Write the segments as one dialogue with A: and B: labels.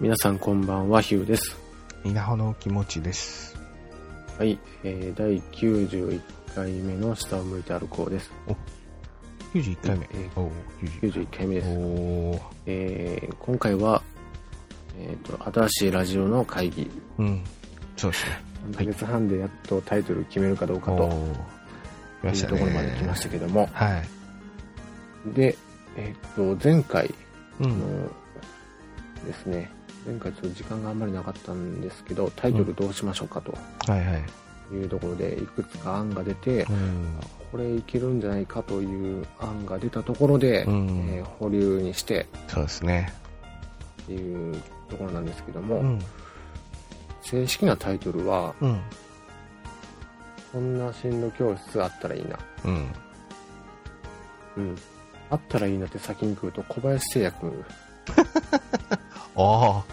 A: 皆さんこんばんは、ヒューです。
B: 稲穂の気持ちです。
A: はい、えー、第91回目の下を向いて歩こうです。
B: 91回目。えーおー
A: 91回目で
B: 91
A: す。
B: おー
A: えー、今回は、えっ、と、新しいラジオの会議。
B: うん。そうですね。
A: 1ヶ月半でやっとタイトル決めるかどうかと
B: ー来
A: い
B: まし
A: う
B: た
A: と
B: ね。
A: ころまで来ましたけども。
B: はい。
A: で、えっ、と、前回
B: う
A: の
B: ん。
A: ですね、前回ちょっと時間があんまりなかったんですけど、タイトルどうしましょうかと
B: はいはい。
A: いうところで、いくつか案が出て
B: う、ん。
A: これいけるんじゃないかという案が出たところで、
B: うん
A: えー保留にして
B: そうですね。
A: っていうところなんですけども、
B: うん。
A: 正式なタイトルは
B: うん。
A: 「こんな進路教室あったらいいな」
B: うん。
A: うん「あったらいいな」って先に来ると小林製薬
B: ああ。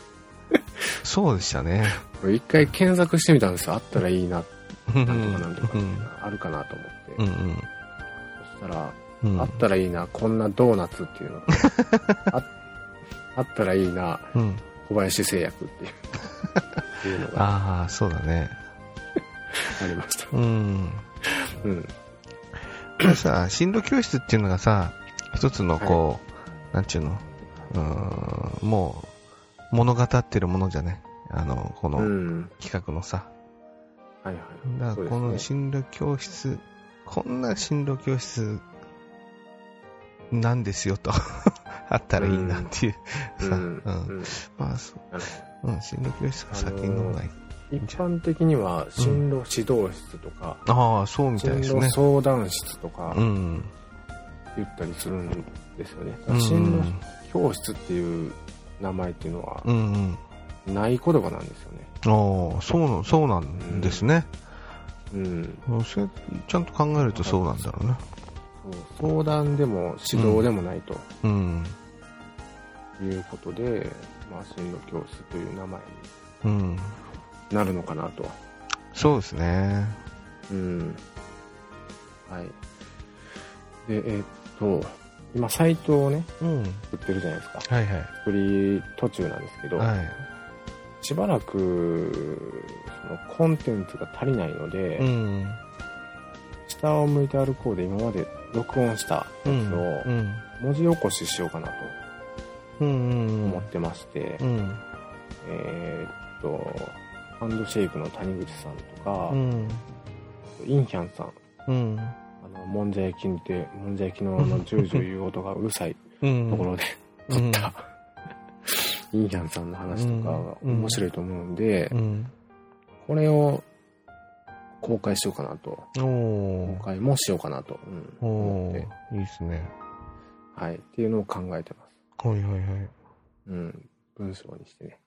B: そうでしたね。
A: これ一回検索してみたんですよ「あったらいいな」
B: う ん
A: なんとかなんとか
B: う
A: みたい
B: ん。
A: なあるかなと思って、
B: うん
A: そしたら「
B: うん。うん
A: あったらいいなこんなドーナツ」っていうのがああったらいいな
B: うん。
A: 小林製薬っていうっていうのが
B: ああ、そうだね。
A: ありま した
B: うん。
A: うん
B: でもさ、進路教室っていうのがさ、一つのこう、なんちゅうの、うーん、もう、物語ってるものじゃないあの、こ
A: う
B: の
A: ん
B: 企画のさ。
A: はいはい
B: だ
A: そ
B: か
A: う
B: ら
A: で
B: こ
A: す
B: の
A: ね
B: 進路教室、こんな進路教室、なんですよと、 あったらいいなっていう、
A: う
B: さ、うんん、
A: うん
B: まあそう、
A: なる
B: うん、進路教室が先の方がいい。
A: 一般的には進路指導室とか、
B: ああ、そうみた
A: 進
B: いです
A: 路
B: ね。
A: 相談室とか
B: うん。
A: 言ったりするんですよね、
B: うん
A: 進路教室っていう名前っていうのは
B: うんうん。
A: ない言葉なんですよね
B: ああ、そうな、そうなんですね。
A: うん
B: うんそれちゃんと考えるとそうなんだろうな。
A: そう相談でも指導でもないと
B: うん。
A: いうことで、まあ、進路教室という名前
B: うん。
A: になるのかなと
B: そうですね。
A: うんはいでえっと今サイトをね
B: うん。
A: 作ってるじゃないですか
B: はいはい。
A: 作り途中なんですけど、
B: は
A: しばらくそのコンテンツが足りないので、
B: い。うん。
A: 下を向いて歩こうで今まで録音したやつ
B: う
A: を
B: ん。うん。
A: 文字起こししようかなと
B: うんうん
A: 思ってまして、
B: うん。
A: えーっとハンドシェイクの谷口さんとか、
B: うん。
A: インヒャンさん
B: うん。
A: あのもんじゃ焼きにてもんじゃ焼きのあのジュージュー言う音がうるさい
B: うん。
A: ところで、
B: うん
A: インヒャンさんの話とかが
B: うん
A: 面白いと思うんで、
B: うん。
A: これを公開しようかなと
B: お
A: 公開もしようかなと、
B: ー。
A: うん、思
B: お
A: って
B: ー、。いいですね。
A: はい、っていうのを考えてます。
B: はいはいはい。
A: うん、文章にしてね。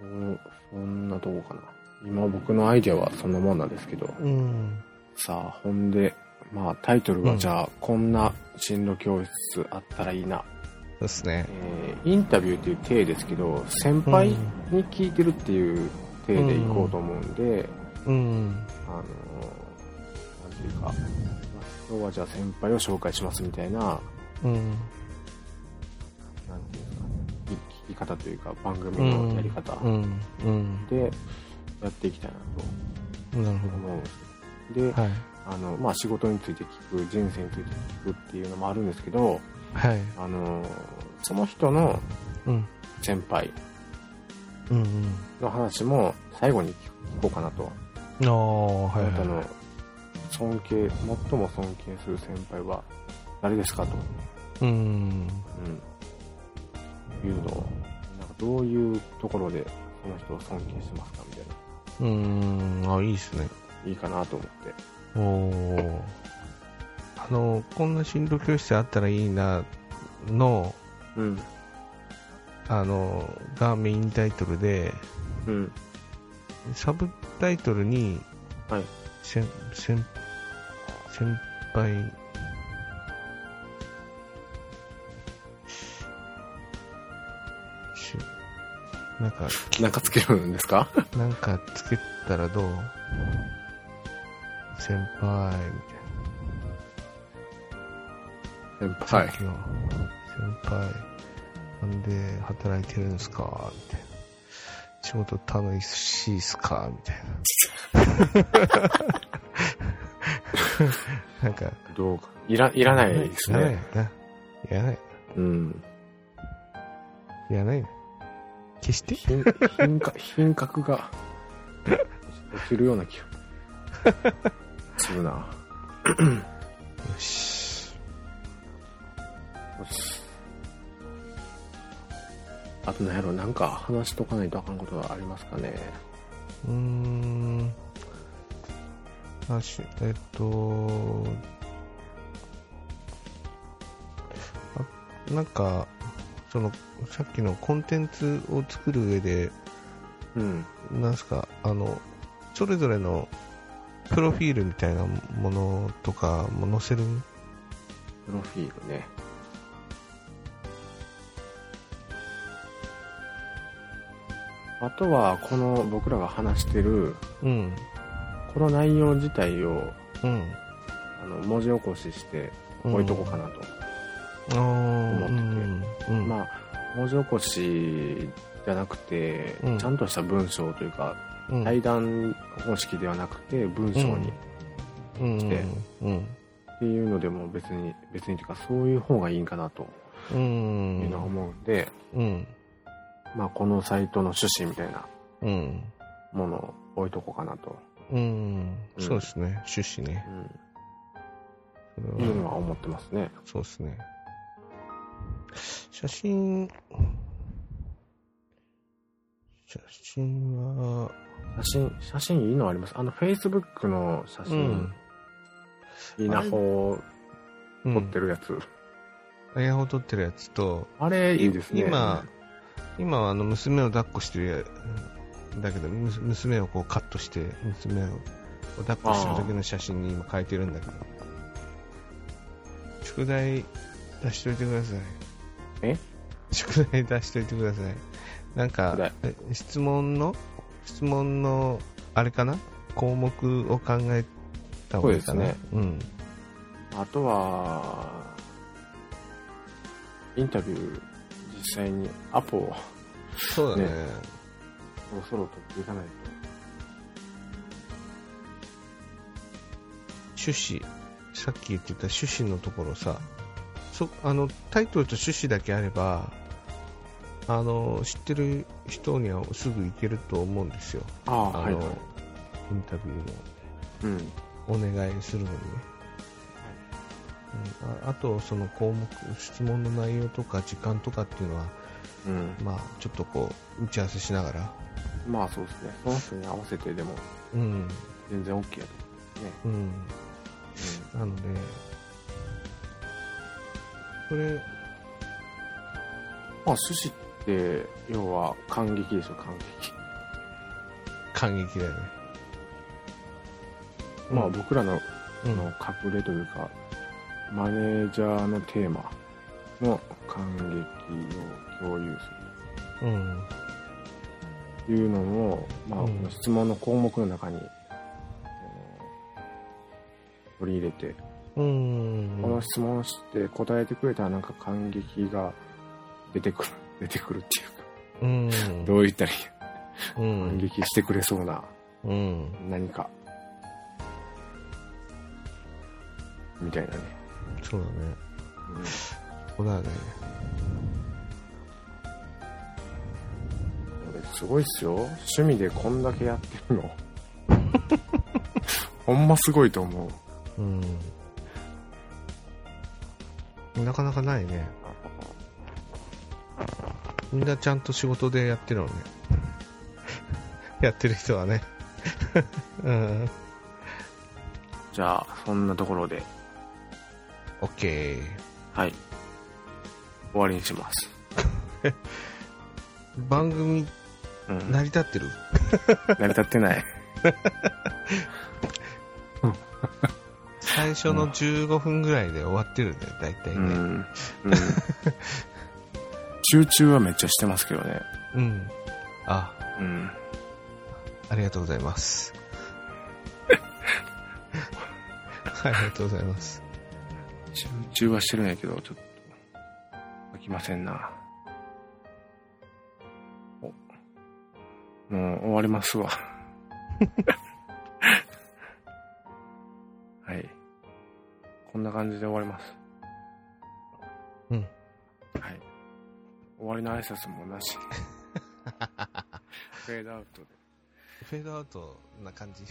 A: そうそんなとこかな。今僕のアイデアはそんなもんなんですけど、
B: うん。
A: さあ、ほんで、まあタイトル
B: う
A: は
B: ん
A: じゃあ、こんな進路教室あったらいいな。
B: そうですね。
A: えーインタビューっていう体ですけど、先輩に聞いてるっていう体でいこうと思うんで、
B: うん。
A: あのー、なんていうか、まあ今日はじゃあ先輩を紹介しますみたいな、なん
B: うん。
A: ていうんですかね、聞き方というか、番組のやり方
B: うん。うん。
A: でやっていきたいな
B: なるほ
A: と思うんですけど。で、
B: ど。はい。
A: あの、まあ、仕事について聞く、人生について聞くっていうのもあるんですけど、
B: はい。
A: あのー、その人の
B: うん。
A: 先輩
B: うん
A: の話も最後に聞こうかなと。
B: うん。ああ、は
A: あ
B: い
A: なた
B: は
A: の尊敬、最も尊敬する先輩は誰ですかと。
B: い。うん。
A: うん、いうのをなんかどういうところでこの人を尊敬してますかみたいな
B: うん。あ、いいですね。
A: いいかなと思って
B: おーあのこんな進路教室あったらいいなの
A: うん
B: あのがメインタイトルで
A: うん
B: サブタイトルに
A: はい
B: 先先先輩しなんか
A: なんかつけるんですか
B: なんかつけたらどう先輩みたいな
A: 先
B: さっ
A: 輩
B: きの先輩、なんで働いてるんですかみたいな。仕事楽しいっすかみたいな。なんか、
A: どうか。いら、いらない
B: い
A: ですね。
B: な。いらない。
A: うん。
B: いらないね。決して
A: 品、品格、品格が、落ちるような気が、するな。
B: よし。
A: あとなんやろ、なんか話しとかないとあかんことはありますかね。
B: うーん。あし、えっと、あなんか、その、さっきのコンテンツを作る上で、
A: うん。
B: なんすか、あの、それぞれのプロフィールみたいなものとかも載せる
A: プロフィールね。あとは、この僕らが話してる、
B: うん、
A: この内容自体を、
B: うん。
A: あの、文字起こしして置いとこうかなと。
B: あー
A: 思ってて
B: うん、
A: まあ、文字起こしじゃなくて、
B: うん
A: ちゃんとした文章というか、
B: うん
A: 対談方式ではなくて、文章に。
B: うん
A: して
B: うん、
A: っていうのでも別に、別にというか、そういう方がいいんかなと
B: う
A: い
B: ん、
A: うのは思うんで、
B: うん、
A: まあ、このサイトの趣旨みたいな
B: うん。
A: ものを置いとこうかなと、
B: うん、そうですね、趣旨ね。
A: うん、いうのは思ってますね。
B: そうですね。写真、写真は、
A: 写真、写真いいのあります。あの、Facebook の写真、いいな、こ
B: う、
A: うん撮ってるやつ。
B: うん。イヤホン撮ってるやつと、
A: あれ、いいですね。
B: 今、今はあの娘を抱っこしてるやだけど、むす娘をこうカットして、娘を抱っこしてる時の写真に今変えてるんだけど、宿題出しといてください。
A: え
B: 宿題出しといてください。なん
A: 宿題
B: か、え質問の、質問の、あれかな項目を考えた方がいいか
A: そう
B: な。
A: です
B: うん。
A: あとは、インタビュー、実際にアポを
B: そうだね。
A: ねそろそろ取っていかない
B: 趣旨、さっき言ってた趣旨のところさ、そあのタイトルと趣旨だけあれば、あの知ってる人にはすぐ行けると思うんですよ。
A: と。ああ、はい
B: の
A: はい。
B: インタビューの
A: うん。
B: お願いするのにね、うん、ああとその項目質問の内容とか時間とかっていうのは、
A: うん。
B: まあ、ちょっとこう打ち合わせしながら、
A: まあそうですね。その人に合わせてでも
B: うん
A: 全然 OK やと。ね。
B: うん、なのでこれ
A: まあ趣旨って、要は感激ですよ、感激。
B: 感激だよね、
A: まあ僕らの
B: うん
A: の隠れというか、マネージャーのテーマの感激を共有す
B: うん
A: るというのも、まあ
B: う
A: こ
B: ん
A: の質問の項目の中に、えー取り入れて、
B: うん
A: この質問して答えてくれたらなんか感激が出てく る、出てくるっていうか、
B: うん
A: どう言ったらいい
B: うん
A: 感激してくれそうな
B: うん
A: 何か、みたいなね。
B: そうだね
A: うん
B: そうだね
A: これすごいっすよ。趣味でこんだけやってるの。 ほんますごいと思う。
B: うんなかなかないねみんなちゃんと仕事でやってるのね やってる人はね うん
A: じゃあ、そんなところで、
B: OK
A: はい。終わりにします。
B: 番組
A: うん。
B: 成り立ってる
A: 成り立って ない。
B: 最初の15分ぐらいで終わってるんだよ大体
A: う
B: ね
A: ん。うん。集中はめっちゃしてますけどね。
B: うん、あ
A: うん。
B: ありがとうござい ます。ありがとうございます。
A: 集中はしてるんやけど、ちょっと、飽きませんな。もう終わりますわ。 はい。こんな感じで終わります。
B: うん。
A: はい。終わりの挨拶も なし。フェードアウトで。
B: フェードアウトな感じ。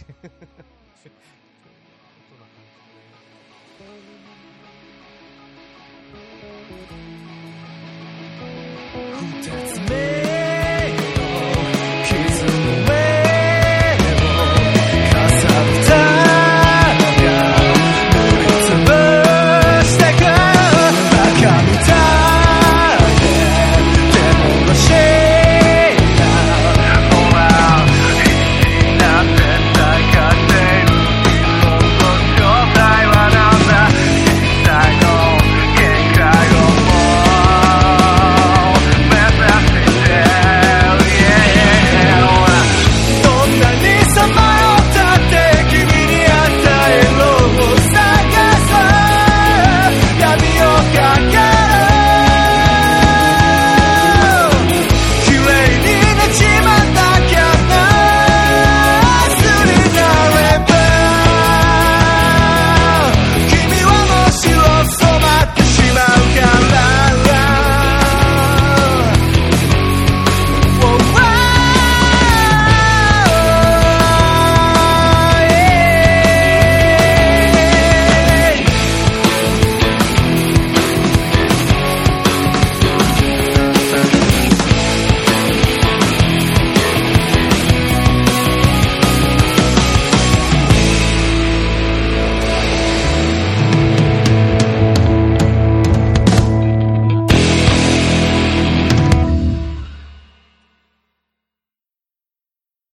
C: 二つ目